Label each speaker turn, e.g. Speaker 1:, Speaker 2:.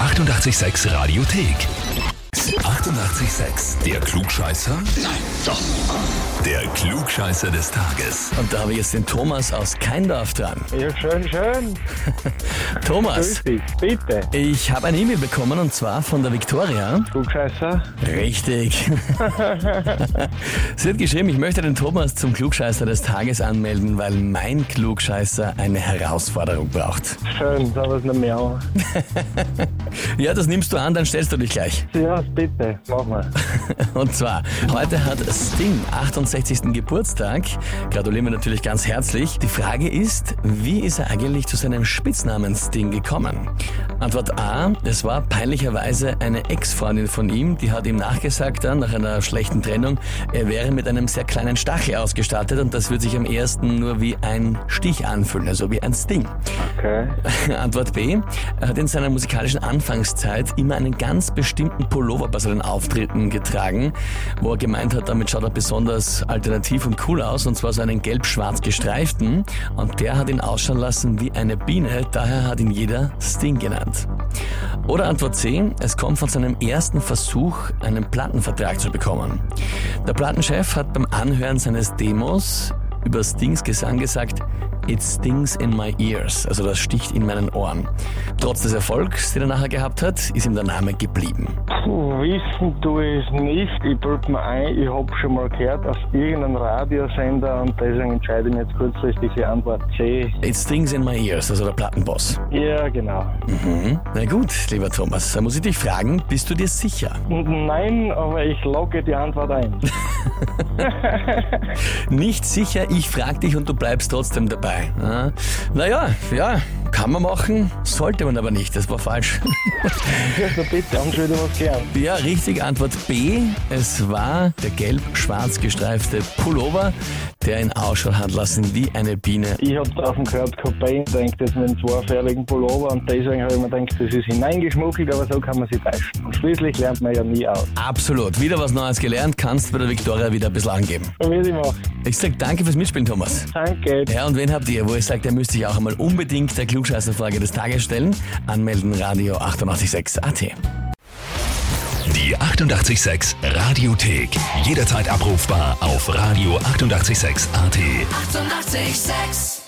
Speaker 1: 886 Radiothek. 88,6. Der Klugscheißer? Nein, doch. Der Klugscheißer des Tages.
Speaker 2: Und da habe ich jetzt den Thomas aus Keindorf dran.
Speaker 3: Ja, schön, schön.
Speaker 2: Thomas,
Speaker 3: Grüß dich. Bitte.
Speaker 2: ich habe ein E-Mail bekommen und zwar von der Viktoria.
Speaker 3: Klugscheißer.
Speaker 2: Richtig. Sie hat geschrieben, ich möchte den Thomas zum Klugscheißer des Tages anmelden, weil mein Klugscheißer eine Herausforderung braucht.
Speaker 3: Schön, so was noch mehr. an.
Speaker 2: Ja, das nimmst du an, dann stellst du dich gleich.
Speaker 3: Ja, bitte. Mach mal.
Speaker 2: Und zwar, heute hat Sting 68. Geburtstag. Gratulieren wir natürlich ganz herzlich. Die Frage ist, wie ist er eigentlich zu seinem Spitznamen Sting gekommen? Antwort A, es war peinlicherweise eine Ex-Freundin von ihm, die hat ihm nachgesagt dann, nach einer schlechten Trennung, er wäre mit einem sehr kleinen Stachel ausgestattet und das wird sich am ersten nur wie ein Stich anfühlen, also wie ein Sting.
Speaker 3: Okay.
Speaker 2: Antwort B. Er hat in seiner musikalischen Anfangszeit immer einen ganz bestimmten Pullover bei seinen Auftritten getragen, wo er gemeint hat, damit schaut er besonders alternativ und cool aus, und zwar so einen gelb-schwarz gestreiften. Und der hat ihn ausschauen lassen wie eine Biene, daher hat ihn jeder Sting genannt. Oder Antwort C, es kommt von seinem ersten Versuch, einen Plattenvertrag zu bekommen. Der Plattenchef hat beim Anhören seines Demos über Stings Gesang gesagt, It stings in my ears, also das sticht in meinen Ohren. Trotz des Erfolgs, den er nachher gehabt hat, ist ihm der Name geblieben.
Speaker 3: Puh, wissen du es nicht. Ich bild mir ein, ich hab schon mal gehört auf irgendeinem Radiosender und deswegen entscheide ich mich jetzt kurzfristig für Antwort C.
Speaker 2: It stings in my ears, also der Plattenboss.
Speaker 3: Ja, genau.
Speaker 2: Mhm. Na gut, lieber Thomas, da muss ich dich fragen, bist du dir sicher?
Speaker 3: Nein, aber ich logge die Antwort ein.
Speaker 2: Nicht sicher, ich frag dich und du bleibst trotzdem dabei. Ja. Naja, ja, kann man machen, sollte man aber nicht, das war falsch.
Speaker 3: Also bitte, haben schon wieder was gelernt.
Speaker 2: Ja, richtig, Antwort B. Es war der gelb-schwarz gestreifte Pullover, der ihn Ausschau hat lassen wie eine Biene.
Speaker 3: Ich hab auf dem Körper Cobain gedacht, jetzt mit einem zweifärbigen Pullover und deswegen habe ich mir gedacht, das ist hineingeschmuggelt, aber so kann man sie täuschen. Und schließlich lernt man ja nie aus.
Speaker 2: Absolut. Wieder was Neues gelernt, kannst bei der Victoria wieder ein bisschen angeben.
Speaker 3: So will ich machen.
Speaker 2: Ich sag danke fürs Mitspielen, Thomas.
Speaker 3: Danke.
Speaker 2: Ja, und wen habt ihr, wo ihr sagt, der müsste sich auch einmal unbedingt der Klugscheißerfrage des Tages stellen? Anmelden, Radio 886 AT.
Speaker 1: Die 88,6 Radiothek. Jederzeit abrufbar auf radio886.at. 88,6.
Speaker 4: Eighty-eight, sex.